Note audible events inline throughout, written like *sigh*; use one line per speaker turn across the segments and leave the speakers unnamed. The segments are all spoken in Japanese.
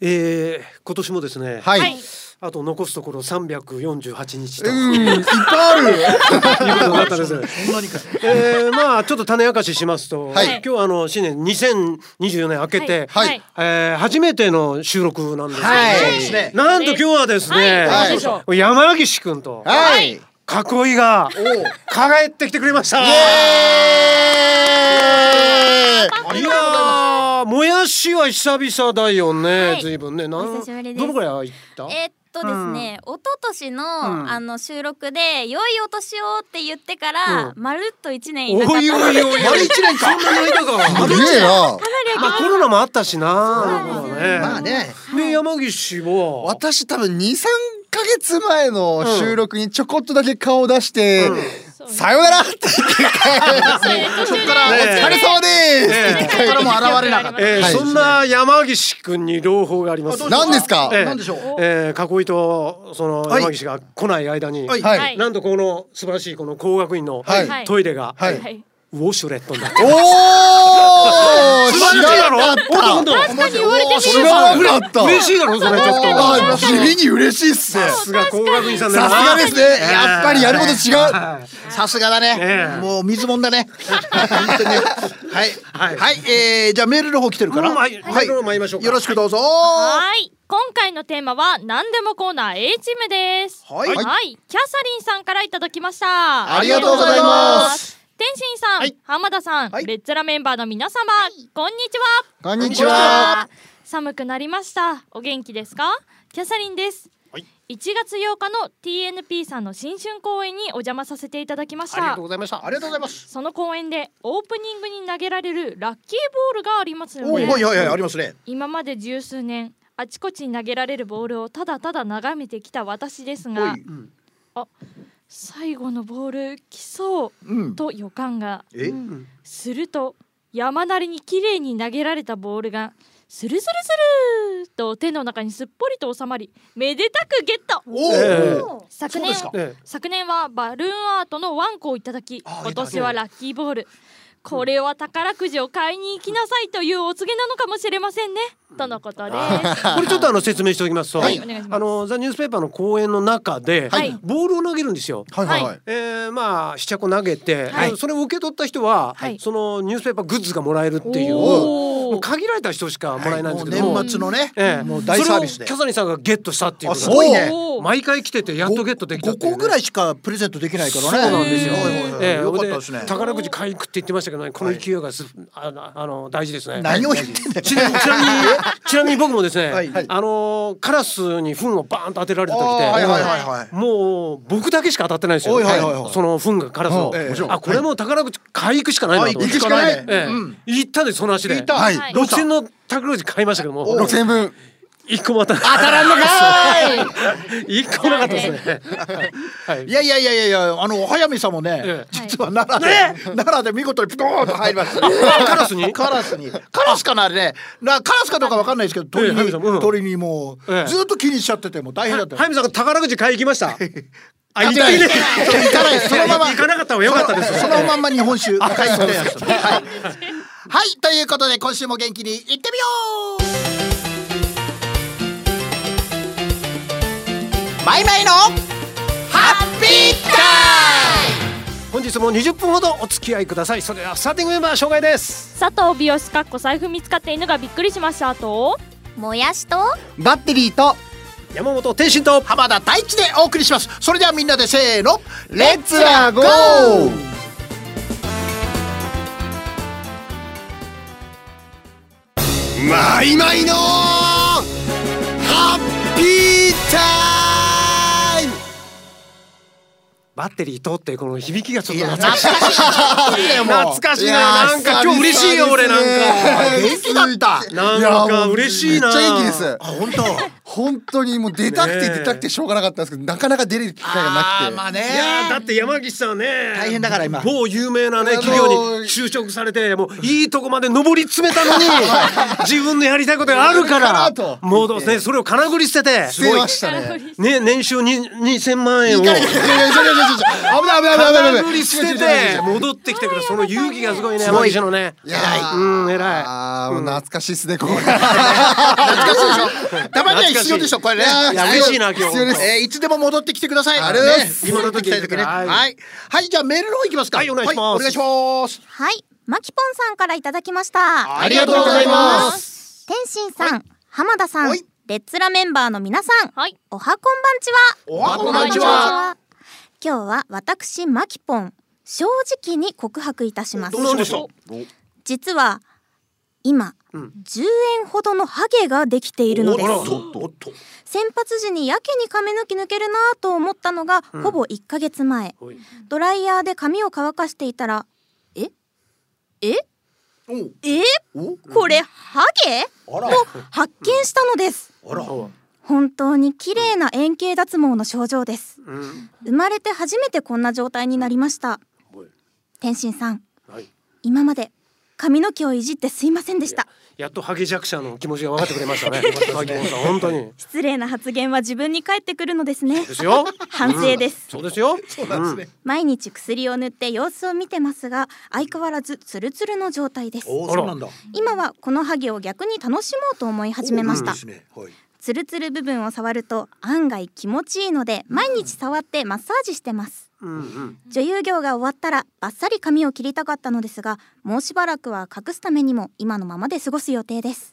えー、今年もですね、
はい。
はい
あと残すところ348日と
う
いうこ
ん、いっぱいある。
とになったんですね
そんなにかい
えー、まあちょっと種明かししますと、
はい
今日あの新年2024年明けて、
はい
えー初めての収録なんですけど、
はい
そうですね
なんと今日はですね、
はい
は
山岸くんと
はい。
囲いが帰ってきてくれました。
イエーイ。
いやーもやしは久々だよね、
はい
ずいぶんねなん
お久しぶりです
どのくらい行った
えーっとですね、一昨年の、
ん
あの収録で良いお年をって言ってから、まるっと一年いなかっ
お
た
いおいおい丸一年そんなに間が
すげえな。
まあコロナもあったしな
そうなんです
ね
よ
まあね。
で山岸は
私多分2、3ヶ月前の収録にちょこっとだけ顔出して、さよならって言って
そっから、
ね
お疲れ様で
え
す
そっからもう現れなかった。
えー
はい
そんな山岸くんに朗報があります
あどうぞ
何ですか
ええ
なんでしょう。
えー囲いとその
はい
山岸が来ない間に、
はい
は。
はいい
なんとこの素晴らしいこの工学院の
はい
トイレが、
はい
はい
ウォシュレットになって
おー
素晴らしいだろ
知らなかった
ほんとほんと
確かに言われてみれば
知らなかった
嬉しいだろそれちょっと
あ地味に嬉しいっすね
さすが工学院さんだ
さ
な
すがですねやっぱりやること違う
はい
さすがだ
ええ
ね。もう水もんだ
*laughs*
ね。本当にねはい。
は
はいい。えーじゃあメールの方来てるから。
うんまいメールの方参りましょうか
よろしくどうぞ。
はい今回のテーマは何でもコーナー A チームです
はい
キャサリンさんからいただきました
ありがとうございます
天心さん、
はい
浜田さん、
はい
レッツラメンバーの皆様、こんにちは
こんにちは
寒くなりましたお元気ですかキャサリンです、
はい
1月8日の TNP さんの新春公演にお邪魔させていただきまし
ありが
た
とうございました
ありがとうございます。
その公演でオープニングに投げられるラッキーボールがありますよ
お
ね
ーはいはいはいありますね。
今まで十数年あちこちに投げられるボールをただただ眺めてきた私です
は
が
い。
最後のボール来そう
うん。
と予感が
え、
すると山なりに綺麗に投げられたボールがスルスルスルーと手の中にすっぽりと収まりめでたくゲット
おお、
え
昨
そう
年
ですか。
ええ
昨年はバルーンアートのワンコをいただき
あ
今年はラッキーボールこれは宝くじを買いに行きなさいというお告げなのかもしれませんねとのことです。
これちょっとあの説明しておきますと、
はいお願いします
あのザニュースペーパーの講演の中で、
はい
ボールを投げるんですよ。
はいはいはい
えー、まあ試着を投げて、
はい
それを受け取った人は、
はい
そのニュースペーパーグッズがもらえるっていう
おー
もう限られた人しかもらえないんですけども、
もう年末のね、
ええ
もう大サービス
それをキ
で
ャ。サリンさんがゲットしたっていうこと
あすごいね
おー
毎回来ててやっとゲットできたっていう、ね、
五個ぐらいしかプレゼントできないからね。
そうなんですよ、
はいはいはい
ええ
よかったですね
で。宝くじ買いに行くって言ってましたけど、ね、この勢いがす、あのあの大事ですね
何を言ってんだよ。
ちなみにちなみにちなみに僕もですね、
はいはい
あのーカラスに糞をバーンと当てられた時
あ
っ
ー
て、
はいはいはいはい。
もう僕だけしか当たってないんですよ、
おいはいはいはい
その糞がカラスの、
うんええもちろん
あこれもう宝くじ買い行くしかないな
はい
と
行
思っ
く
て、
しかないね。
ええ
うん。
行ったんですその足で
行った。
は
は
い
い
6千の宝くじ買いましたけども
六千分
一個も当た
当たらんのかー
一個もなかったですねはい
い。いやいやいやいやいや、あのお早見さんもね、
ええ
実は奈良で、奈良で見事にピコーンと入りました。カラスに？カラスに。カラスかなあれね。なカラスかどうかわかんないですけど、鳥に、
ええ早見さんうん
鳥にもう、
ええ
ずっと気にしちゃっててもう大変だったよ。
早見さん宝くじ買い行きました
*laughs*
あ行っ
行
て
かない
ね
そう行かないそのまま
行かなかった方が良かったですね
そのその *laughs* まんま日本酒赤いってやつはい、はい、ということで今週も元気に行ってみようマイマイのハッピータ
本日も20分ほどお付き合いくださいそれではスターティングメンバー紹介です
佐藤美容師かっこ財布見つかって犬がびっくりしましたと。
もやしと
バッテリーと
山本天心と
イム浜田大地でお送りしますそれではみんなでせーの
レッツラゴー
マイマイのハッピータイム
バッテリーとってこの響きがちょっ
い
と
や
懐か
懐か
しい
しい
懐かしいななんか今日嬉しいよ俺なんか
元気だった
なんか嬉しいな
めっちゃ元気です
あ本当
本当にもう出たくて
ねえ
出たくてしょうがなかったんですけど、なかなか出れる機会がな
あ
く
ー
て。
まあね
いやーだって山岸さんね
大変だから今
某有名な
あ
ね
のー
企業に就職されてもういいとこまで上り詰めたのに自分のやりたいことがあるか
あ
ら
るからと
もうどうせねそれを金繰り捨てて
捨てましたね。
ね年収に2000万円を
いやいやいやいやいやいやいやいや危ない危ない危ない危な
金繰
い危ない。
り捨てて戻ってきてくるその勇気がすごいね
すご
山
い
岸のね
いやー
うん偉い
ああもう懐かしいっすねここ。懐
懐かしいでしょたまには必要でしょこれね
いや
嬉しいな今日
必要です。
えーいつでも戻ってきてください。
ありがとうございます
ね今の時
戻
ね
ってきてくださ
はいい。はい、じゃあメールの方いきますか。
はいお願いします
お願いします。
はいマキポンさんからいただきました
ありがとうございます
天心さん、浜田さん
はい
レッツラメンバーの皆さん
はい。
おはこんばんちは
おは
こんばんち
は
今日は私マキポン正直に告白いたします
どうなんでしょ
実は今、
ん
10円ほどのハゲができているのです
おっとおっと
先発時にやけに髪の毛抜けるなぁと思ったのが、
うん
ほぼ1ヶ月前
おい
ドライヤーで髪を乾かしていたらえええこれハゲ
あら
と発見したのです
あら。
本当に綺麗な円形脱毛の症状です
うん
生まれて初めてこんな状態になりました
おい
天心さん
はい
今まで髪の毛をいじってすいませんでした
やっとハゲ弱者の気持ちが分かってくれましたねハゲさん本当に
失礼な発言は自分に返ってくるのですね
ですよ
反省です
そうですよそうなんですね
毎日薬を塗って様子を見てますが相変わらずツルツルの状態です
お
あ
おそ
ら
うなんだ。
今はこのハゲを逆に楽しもうと思い始めました
いいですねはい。
ツルツル部分を触ると案外気持ちいいので毎日触ってマッサージしてます
うんうん
女優業が終わったらバッサリ髪を切りたかったのですがもうしばらくは隠すためにも今のままで過ごす予定です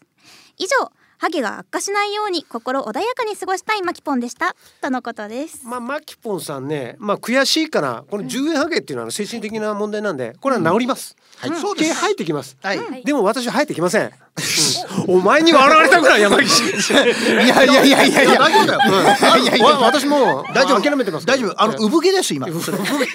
以上ハゲが悪化しないように心穏やかに過ごしたいマキポンでしたとのことです
まあ、マキポンさんね、まあ、悔しいからこの10円ハゲっていうのは精神的な問題なんでこれは治ります、
はいそうで
毛
す
生えてきます、
はい。
はい
でも私は生えてきません、お前に笑われたくらい山岸
いやいやいやいやい
いや
や。
大丈夫だよ。いやいや
わ私もう
大丈夫
諦めてます
大丈夫。あの産毛です今。産毛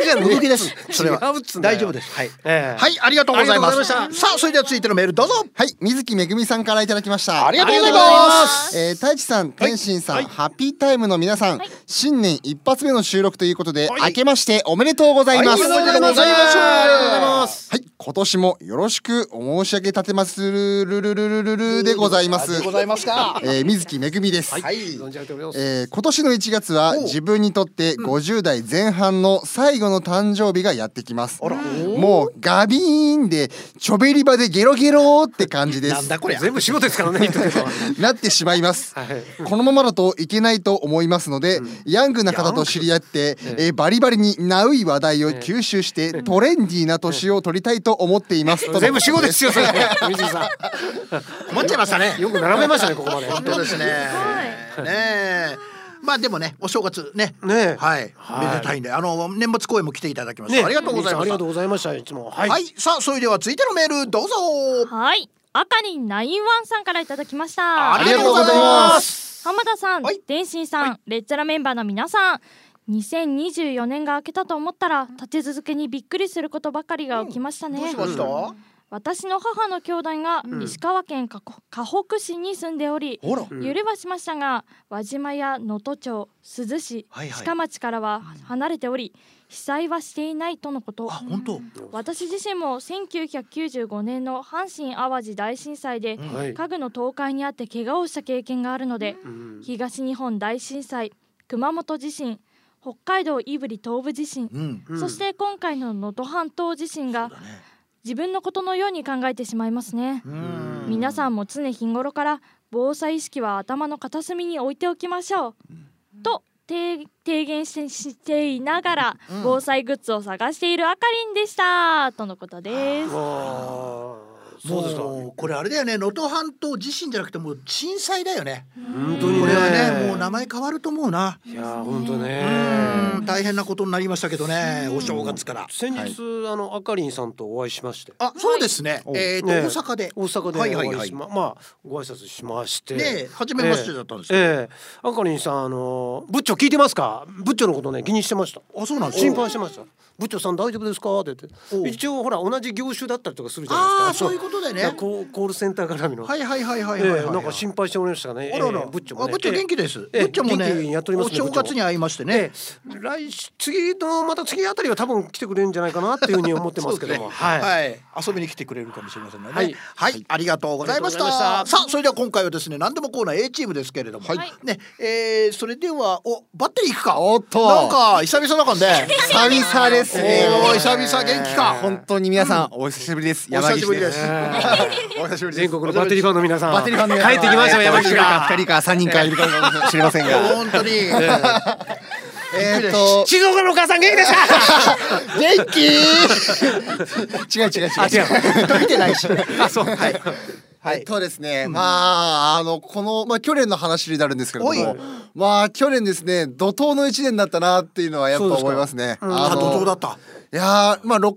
じゃ産毛です。それは
違うっつうんだよ
大丈夫です。はい。
ええ
はいありがとうございま
ありが
す。
とうござ
さ
いま
あそれでは続いてのメールどうぞ。
はい水木めぐみさんからいただきました。
ありがとうございます。
えー、太一さん、天心さん、ハッピータイムの皆さん、新年一発目の収録ということで、
はい
明けましておめでとうございます。
はいおめでとうございます
ありがとうございます
はい、今年もよろしくお申し上げ立てまするるるるるるるでございます
でご。ざいますか。
えー、水木めぐみです。
はい存じ上げております、
えー今年の1月は自分にとって50代前半の最後の誕生日がやってきます、もうガビーンでちょべり場でゲロゲローって感じで
なん
す
だこれ。
全部仕事ですからね言っとけば
*laughs* なってしまいます
はい
このままだといけないと思いますので、ヤングな方と知り合って、えーバリバリにナウい話題を吸収して、トレンディーな年を取りたいと思っています、との
全部仕事ですよ
*laughs*
それ水木さ
困っちゃいましたね
ん。よく並べましたねここまで
本当ですね。ねえ。まあでもね、お正月ね。
ねえ
はい。
はい
めでたいんで、あの年末公演も来ていただきました。
ね
ありがとうございま
あり
す
がと。うございましたいつもは
はい、さあそれでは続いてのメールどうぞ。
はい。赤にナインワンさんからいただきました。
ありがとうございます。
浜田さん、
はい
天心さん、レッツラメンバーの皆さん2024年が明けたと思ったら立て続けにびっくりすることばかりが起きましたね、
どうしました？
私の母の兄弟が石川県かこ河北市に住んでおり、
ほら。
うん
揺れはしましたが輪島や能登町珠洲市
はいはい
鹿町からは離れており被災はしていないとのこと
あ本当。
私自身も1995年の阪神・淡路大震災で
はい、
家具の倒壊にあって怪我をした経験があるので
うん
東日本大震災熊本地震北海道胆振東部地震、
うん。
うん
そして今回の能登半島地震が自分のことのように考えてしまいますね、
うん
皆さんも常日頃から防災意識は頭の片隅に置いておきましょう、と提提言してしていながら防災グッズを探しているあかりんでしたとのことです
あーそうですか
もうこれあれだよね能登半島地震じゃなくてもう震災だよね
本当にね
これはねもう名前変わると思うない
やー本当ね
うん大変なことになりましたけどねお正月から
先日、あのあかりんさんとお会いしまして
あそうですね
お
えっと
ね
大阪で
大阪でお
は
会いし
い
ま、
はいはい
まあご挨拶しまして
ねえ初めましてだったんですけど
ええあかりんさんあの「ブッチョ聞いてますか?」ブッチョのことね気にしてました
あそうなんです
心
か
配してました「ブッチョさん大丈夫ですか?」って言っ
おう
て一応ほら同じ業種だったりとかするじゃないですか
ああそういうこことで
いや
ね。
コーコールセンター絡みの、
はいはいはいはい
え
はいはい。
えなんか心配しておりましたね。
あらら、
ええブッチョも
あ
ね。
ブッチョ元気です。
ええ
ブッチョ
元
も
気にやっており
ね、
ま
お
すね
正月に会いまして
ええ
ね。
ええ来し次のまた次あたりは多分来てくれるんじゃないかなっていうふうに思ってますけども、
そうですね
はい。
はい、遊びに来てくれるかもしれませんので、ね
はい
はいありがとうございました
ありがとうございまし
さあそれでは今回はですね何でもコーナー A チームですけれども、
い
ねえー、それではおバッテリーいくか
おっと
なんか久々な感じ、ね、
久々ですね
おー久々元気か
本当に皆さんお久しぶりです
お久しぶりです
*laughs* 山岸
*laughs*
お久しぶりで
全
す
国のバッテリーファンの皆さん、
バッテリーファンの皆さん
帰ってきましたよ山口が。
一人か三人かいるかもしれませ
*laughs*
んが
本当に、
えーっと
静岡のお母さん元気ですか。
元 *laughs* 気違う違う違う
あ違う。
人見てないしあそうはいは
はいい、とですね、まああのこの、まあ、去年の話になるんですけれど
おい
もまあ去年ですね怒涛の一年だったなっていうのはやっぱ
そうですか
思いますね。
あ
の
怒涛だった
いやーまあろ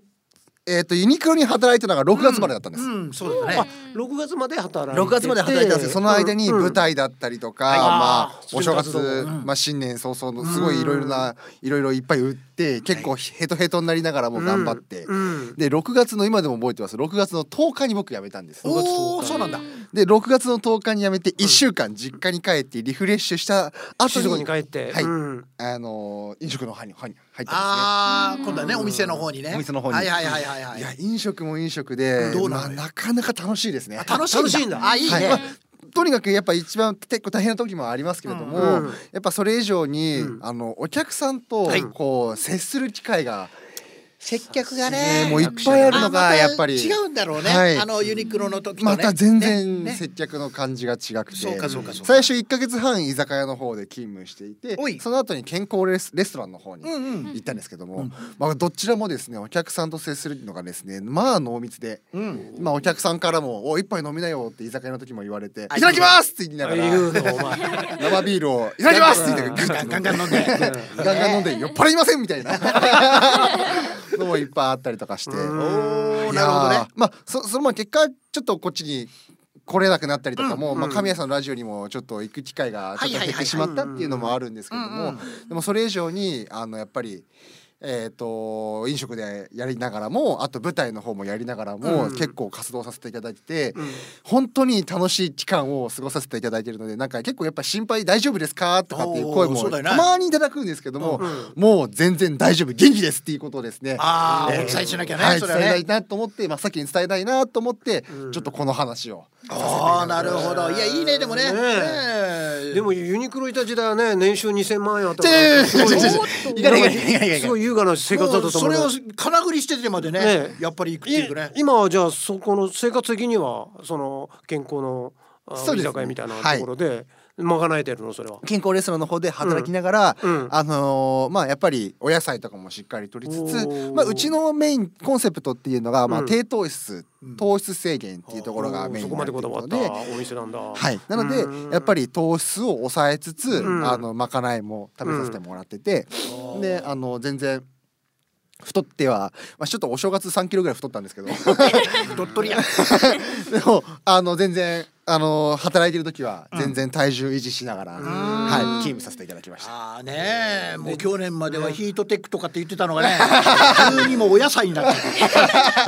えっとユニクロに働いてたのが6月までだったんです。
うんそうだね
あ、六月まで働いてて。
6月まで働いてたんですよその間に舞台だったりとか、まあ
あー
お正月、
そういう活
まあ新年早々のすごいいろいろないろいろいっぱい売って結構ヘトヘトになりながらも頑張って、
うん。
で6月の今でも覚えてます6月の10日に僕辞めたんです
おおそうなんだ
で6月の10日に辞めて1週間実家に帰ってリフレッシュした後
静岡
に
に帰って。
はい
うん
あのー飲食の班に班に入ったん
ああ今度はねお店の方にね
お店の方に
はいはいはいはいは
ですね
い
いや飲食も飲食で
どうなの
まあ、なかなか楽しいですね
楽しいんだ
楽しいんだ
あいいね、
はいまあとにかくやっぱ一番結構大変な時もありますけれども、
うん
やっぱそれ以上に、
うん
あのお客さんと
はい
こう接する機会が、
接客が
ね
ね
もういっぱいあるのが
あ
やっぱり
また違うんだろうね、
はい
あのユニクロの時とね
また全然
ねね
接客の感じが違くて、
そうかそうかそうか
最初1か月半居酒屋の方で勤務していて
おい
その後に健康レスレストランの方に
うんうん
行ったんですけども、まあ、どちらもですねお客さんと接するのがですねまあ濃密で、
うん
まあ、お客さんからも「お一杯飲みなよ」って居酒屋の時も言われて「い
あ
ただきます!」って言いながら
言うのお前。
生ビー
*laughs*
ルを「いただきます!」って言いながら
ガンガン飲んで
ガンガン飲んで酔っ払いませんみた
*laughs*
いなのもいっぱいあったりとかして。
おお
い
な
や
るほど
ー
ね
まあそそのまあ結果ちょっとこっちに来れなくなったりとかも、まあ、
うん
神谷さんのラジオにもちょっと行く機会がちょっと減ってしまったっていうのもあるんですけど
うんうん
もでもそれ以上にあのやっぱり。えー、と飲食でやりながらもあと舞台の方もやりながらも、
うん
結構活動させていただいてて、本当に楽しい期間を過ごさせていただいているのでなんか結構やっぱ心配大丈夫ですかとかっていう声
おーそ
も
うだよね
たまにいただくんですけども、
うんうん
もう全然大丈夫元気ですっていうことをですね
ああ
え
お
ー
伝えしなきゃね、
はい、
そ
伝
れは
えた
ね
いなと思って、まあ、先に伝えたいなと思って、
うん
ちょっとこの話を。
ああなるほどいやいいねでも
ね
ねね
でもユニクロいた時代はね年収2000万円あった
違う
から
違
ねすご
う違う違う違
いすごい優
ういかないいかないいかないいかない
雅な生活だったと思
そうれ
よ
を金繰りしててまでね
ね
やっぱり行くっていうね
い今はじゃあそこの生活的にはその健康のあ
そう
居
ですね
酒屋みたいなところで賄えてるのそれは。
健康レストランの方で働きながら、
うんうん
あのーまあやっぱりお野菜とかもしっかり取りつ
お
つ
ー、
まあ、うちのメインコンセプトっていうのが、まあ、
うん
低糖質、糖質制限っていうところが
おー
メイン
そ
に
こ
な
ま
って
で
い
こだ
る
わっ
ので。
たお店なんだ。は
はい、なので
うん
やっぱり糖質を抑えつつ、
ん
あのまかないも食べさせてもらってて、であの全然太っては、まあ、ちょっとお正月3キロぐらい太ったんですけど
鳥取や
*laughs* でもあの全然あの働いてる時は全然体重維持しながら、はい勤務させていただきました。
ああねもう去年まではヒートテックとかって言ってたの
*laughs*
がね急にもうお野菜になって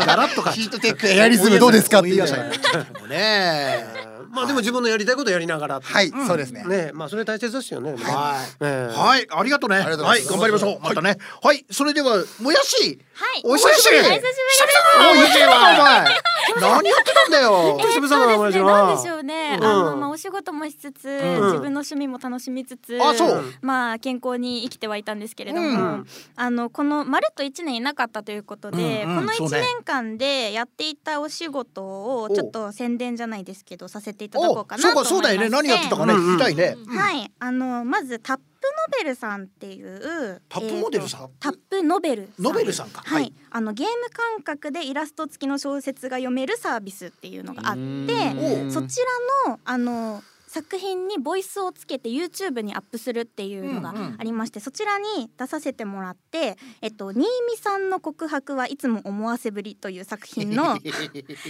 ガラッとかヒートテック
エアリズムどうですかっていう
野菜になっちゃってもうね
まあでも自分のやりたいことやりながら。
はい、そうですね。
ねまあそれ大切ですよね。
はい、
ええ
はい、ありがとうね。
りがとうご
は
ざい
い、
ます
頑張りましょう。またね。はい、それでは、もやし。
はい
お久しぶり。
お久しぶりです
お久しぶりだ
*laughs*
なお前。何やってたんだよ。
久しぶりだな
そうですね、
マジな
なんでしょうね、
うん
あのまあお仕事もしつつ、自分の趣味も楽しみつつ、
あそう
まあ健康に生きてはいたんですけれども、
うん
あのこのまるっと1年いなかったということで、
うんうん
こ
そ
の
う
1
ね
年間でやっていたお仕事をちょっと宣伝じゃないですけどさせていただこうか
お、
なと
そう
思い
か、そう
まして
だよね。何やってたかね、
うんうん
聞きたいね。
はい、あのまずタップノベルさんっていう
タップモデルさん
えーとタップノベル
ノベルさんか
はい、
はい
あのゲーム感覚でイラスト付きの小説が読めるサービスっていうのがあって
うん
そちらのあの作品にボイスをつけて YouTube にアップするっていうのが
うんうん
ありまして、そちらに出させてもらって「えっと、新見さんの告白はいつも思わせぶり」という作品
*laughs*
の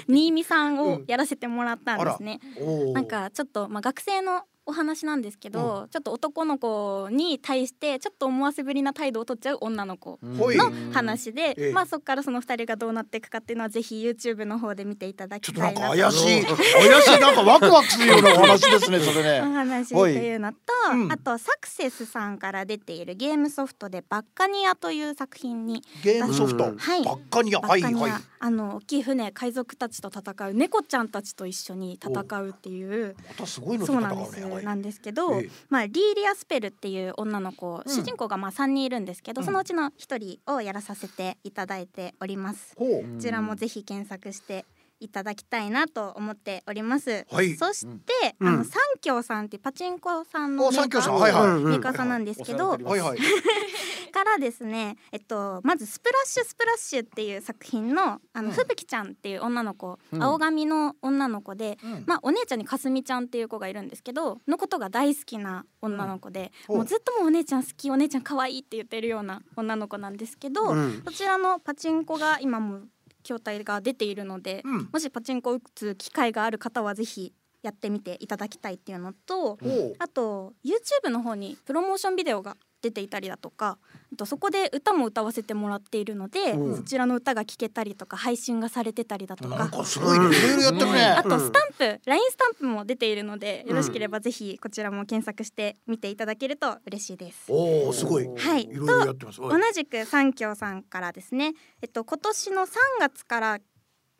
新見さんをやらせてもらったんですね。
おー
なん。かちょっと、まあ、学生のお話なんですけど、ちょっと男の子に対してちょっと思わせぶりな態度を取っちゃう女の子
ほい
の話で、
ええ
まあそこからその二人がどうなっていくかっていうのはぜひ YouTube の方で見ていただ
ちょ
き
っとな
た
ん
い
か怪
な
しい怪しいなんかワクワクするようなお話ですねそれ
*laughs* お
ね
話と
はい
いうのと、
うん
あとサクセスさんから出ているゲームソフトで「バッカニア」という作品に
ゲームソフト、
うんはい
ばっかりや
バ
は
ッ
い
カニア、
はい
あの大きい船海賊たちと戦う猫ちゃんたちと一緒に戦うっていう
またすごいの
そうなんで
と
す、
戦うね
な
はい
んですけど、
ええ
まあ、リーリア・スペルっていう女の子、
うん
主人公がまあ3人いるんですけど、
うん
そのうちの1人をやらさせていただいております。
ほ
う
うん
こちらもぜひ検索していただきたいなと思っております。
はい
そして、
うん
あの三協さんってパチンコさんの
お
メー
三
カ
協
ー
さんはいはい、
うんうん
メーカーさんなんですけど、
はいはい
からですね、えっと、まず「スプラッシュスプラッシュ」っていう作品のあの、吹雪ちゃんっていう女の子、
うん
青髪の女の子で、
うん
まあ、お姉ちゃんにかすみちゃんっていう子がいるんですけどのことが大好きな女の子で、
うん
もうずっともうお姉ちゃん好きお姉ちゃん可愛いって言ってるような女の子なんですけど、
うん
そちらのパチンコが今も筐体が出ているので、
うん
もしパチンコ打つ機会がある方はぜひやってみていただきたいっていうの
ほ
と、
う
あと YouTube の方にプロモーションビデオが出ていたりだとかあとそこで歌も歌わせてもらっているので
うん
そちらの歌が聴けたりとか配信がされてたりだと
なん
か
かすごいねいろいろやってるね
あとスタンプ LINE スタンプも出ているのでよろしければぜひこちらも検索して見ていただけると嬉しいです。
おおすごい
はい
いろいろやってます
同
はい
じく三協さんからですね、えっと、今年の3月から、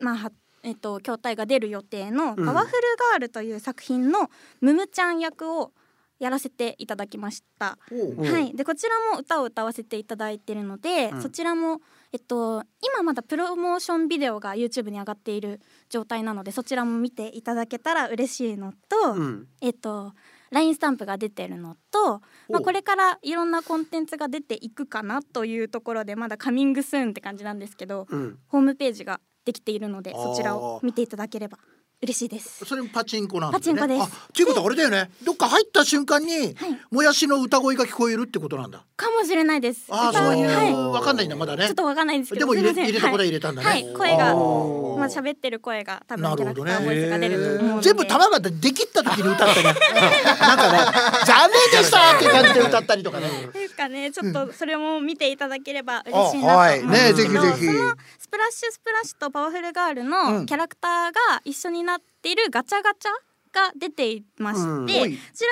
まあはえっと、筐体が出る予定の「パワフルガール」という作品のムムちゃん役をやらせていただきました。
ほう
はい、でこちらも歌を歌わせていただいてるので、そちらも、えっと、今まだプロモーションビデオが YouTube に上がっている状態なのでそちらも見ていただけたら嬉しいのと、
うん
えっと LINE スタンプが出てるのと、まあ、
お
これからいろんなコンテンツが出ていくかなというところでまだカミングスーンって感じなんですけど、
うん
ホームページができているので
あー
そちらを見ていただければ嬉しいです。
それもパチンコなんだよね
パチンコです
あっていうことはあれだよねどっか入った瞬間に
はい
もやしの歌声が聞こえるってことなんだ
かもしれないです。
ああ
歌は
そうい
は
うわかんないんだまだね
ちょっとわかんないんですけ
で
ど。
も入れ
すいませ
入
ん
れたことは
はい
入れたんだね
はい、声が、
あ
ま
ー
あ喋ってる声が多
な
分キ
る
ャ
ほ
ラ
どね
クターボイスが出ると思うので、
全部玉ができった時に歌ったねなんかねダメでしたって感じで歌ったりとかね
ですかね、ちょっとそれも見ていただければ嬉しいなと思
あ
う
はい
んですけど、
ねぜひぜひ
そのスプラッシュスプラッシュとパワフルガール
う
の
ん
キャラクターが一緒になっているガチャガチャが出ていまして、
うん
こちら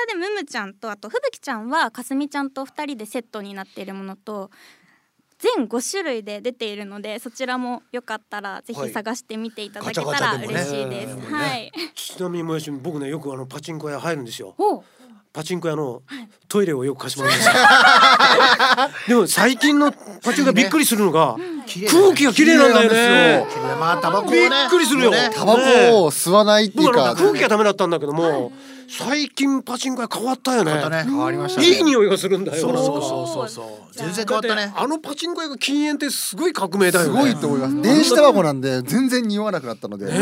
でムムちゃんとあとふぶきちゃんはかすみちゃんと二人でセットになっているものと。全5種類で出ているのでそちらもよかったらぜ
は
ひ
い
探してみていただけたら
ガチャガチャでもね
嬉しいです。
うん
はい。
ちなみにもやし僕ねよくあのパチンコ屋入るんですよ
おう
パチンコ屋のトイレをよく貸してもらうんですよ *laughs* でも最近のパチンコ屋びっくりするのが空気が綺麗なんだよね
綺麗だまあタバコを
び
ね
っくりするよ
ね
タバコを吸わないってい
僕
う
は
か
空気がダメだったんだけども最近パチンコ屋変わったよね
またね
変わりましたね
いい匂いがするんだよ
そうそう
だ
そうそうそう全然変
っ
わってたね
あのパチンコ屋が禁煙ってすごい革命だよ
す
ね
ごいと思います電子タバコなんで全然匂わなくなったので
ね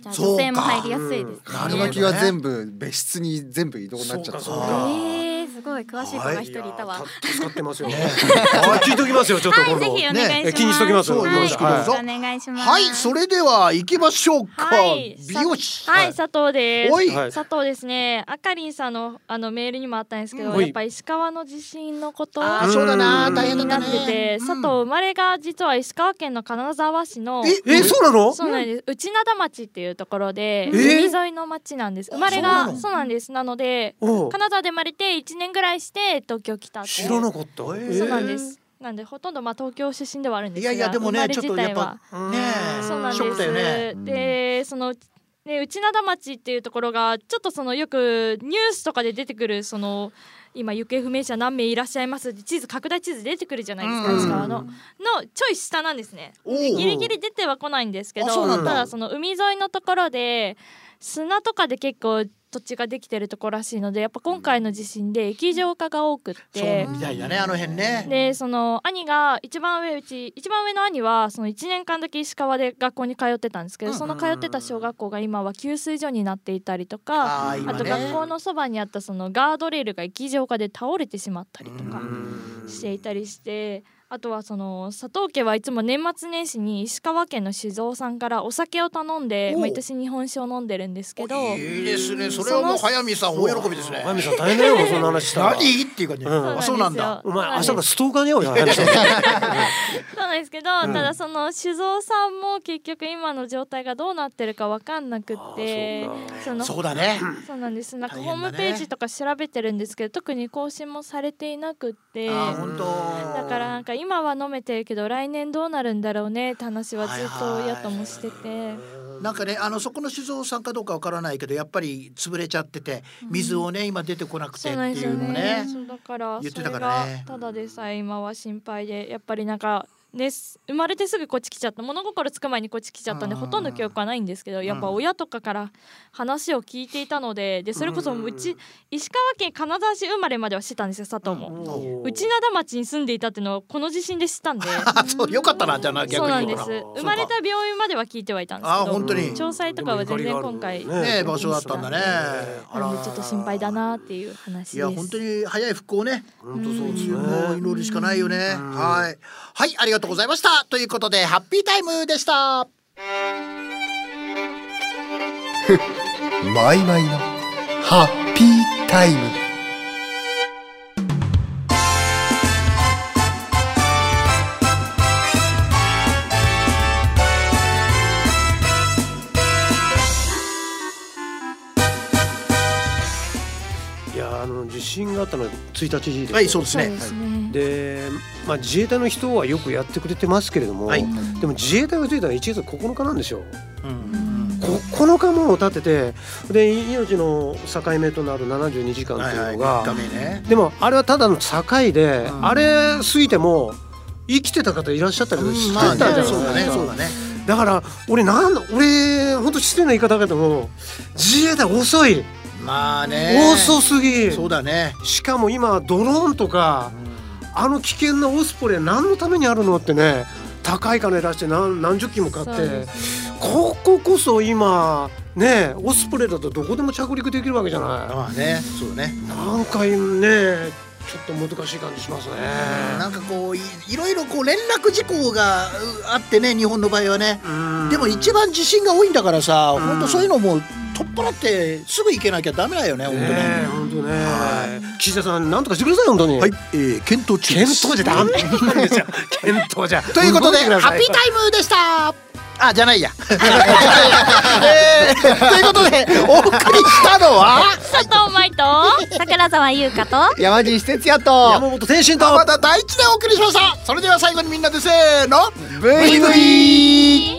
じゃあ
そうか
女性も入りやすいですね。
なるほど
春巻きは全部別室に全部移動になっちゃった
そう
の
か
で
そうか
えー、すごい詳しい子が一人いたわ。
や
は
ー助かってます
*laughs*
よ。あ聞いときますよ、ちょっと
い、
今
ぜひお
度。
願いします。
ね気にしときます
よ
はい、
よろしくどうぞ
お願いします。
はいそれでは行きましょうか
はい
美容師
はい、佐藤です。
おい
はい
佐藤ですね。あかりんさんのあのメールにもあったんですけど、
うん
やっぱ石川の地震のこと
あーそうだな
うん
大
気
変だっ
にな
た
っ
ね
てて、
うん
佐藤生まれが実は石川県の金沢市の
え、え、そうなの。
そうなんです。内灘町っていうところで、
えー
海沿いの町なんです。生まれ
そうな
が
の
そうなんです。なので、
おう
金沢で生まれて1年ぐらいして東京来たっていう。
知らなかった。そう
そうなんです。なんでほとんどまあ東京出身ではあるんで
い
すが、
やいやでもねちょっ
生
と
まれ
やっ
自体は
ぱねえ
そうなん
ショックだよね
です。で、そのね内灘町っていうところがちょっとそのよくニュースとかで出てくるその今行方不明者何名いらっしゃいますって地図拡大地図出てくるじゃないですか、石川ののちょい下なんですね。
おう
でギリギリ出てはこないんですけど、
あそうなん
た
だ
だその海沿いのところで砂とかで結構土地ができてるところらしいので、やっぱ今回の地震で液状化が多くって。
そうみたいだねあの辺ね
でその兄が一番上うち一番上の兄はその1年間だけ石川で学校に通ってたんですけど、その通ってた小学校が今は給水所になっていたりとか
あー今ね
と学校のそばにあったそのガードレールが液状化で倒れてしまったりとかしていたりして。あとはその佐藤家はいつも年末年始に石川県の酒造さんからお酒を頼んで
おう
毎年日本酒を飲んでるんですけど
いいですね。それはもう早見さん大喜びですね。
早見さん大変だよそんな話したら
何っていう感じ。
うん
あそうなんだ。
お前
そうなんで
朝
す
からストーカーに会うよ早見さん
*laughs* そうなんですけど、ただその酒造さんも結局今の状態がどうなってるかわかんなくって
あ
その
そうだね。
そうなんですなんか
大
ホー
変だね
ムページとか調べてるんですけど特に更新もされていなくって
あ
だ
本当。
からなんか今は飲めてるけど来年どうなるんだろうねって話はずっと親ともしてて
なんかねあのそこの酒造さんかどうかわからないけどやっぱり潰れちゃってて水をね今出てこなくて
そ
っ
う
て
なんです
いう
よ
のも
ね
ね。
そうだから
言っ
そ
て
れ
たから
が
ね
ただでさえ今は心配でやっぱりなんかねす生まれてすぐこっち来ちゃった物心つく前にこっち来ちゃったんで
うん
ほとんど記憶はないんですけどやっぱ親とかから話を聞いていたのででそれこそううんち石川県金沢市生まれまではしてたんですよ佐藤も。
おー
内灘町に住んでいたっていうのをこの地震で知ったんで
あそうよかったなじゃあな逆に。
そうなんです
逆にほら
生まれた病院までは聞いてはいたんです
あ
けど
本当に。
調査とかは全然今回
でもゆかりがある
ね
ね
場所だったんだね。あ
な
ら
んでちょっと心配だなっていう話です
いや本当に早い復興ね。
本当そうですね
もう祈るしかないよね。はい。はい、ありがとうございました。ということで、ハッピータイムでした。
マイマイのハッピータイム
いやあの地震があったのは1日です
はい、そうです
そう
ね
で。すね
で、まあ、自衛隊の人はよくやってくれてますけれども、
はい
でも自衛隊がついたのは1月9日なんですよ。
うん
9日も経っててで命の境目となる72時間
は
と
い
い
は
うの
い、
が、
3日目ね。
でもあれはただの境で、
うん
あれ過ぎても生きてた方いらっしゃったりして
ま
た
あ、
ん
じ
じゃ
ゃ
な
あ
いです
そう
か
だね、そうだね。
だから俺なんだ俺本当失礼な言い方だけども自衛隊遅い、
まあね。
遅すぎ
そうだね。
しかも今ドローンとかあの危険なオスプレイ何のためにあるのってね高い金出して何何十機も買って、
そうですね
こここそ今ねオスプレイだとどこでも着陸できるわけじゃな
まあね、そうだね。
いなんかねちょっと難しい感じしますね
なんかこういいろいろこう連絡事項がうあってね日本の場合はね
うん
でも一番地震が多いんだからさ
ん
本当そういうのもう取っ払ってすぐ行けなきゃダメだよね本当ね
ね本当ね
は
岸田さんなんとかしてください本当に、
はい、えー、検討中で
検
す
討じゃダメ
*laughs*
なんですよ検討じゃ
ということ
動
で、
てくだ
ハ
さ
ッピータイムでした。あ、じゃないや。 *laughs* えーということで、お送りしたのは。
佐藤舞と
桜沢優香と
山尻哲也と
山本天心と
また第一でお送りしました。それでは最後にみんなでせーの。
ブイブイ
いい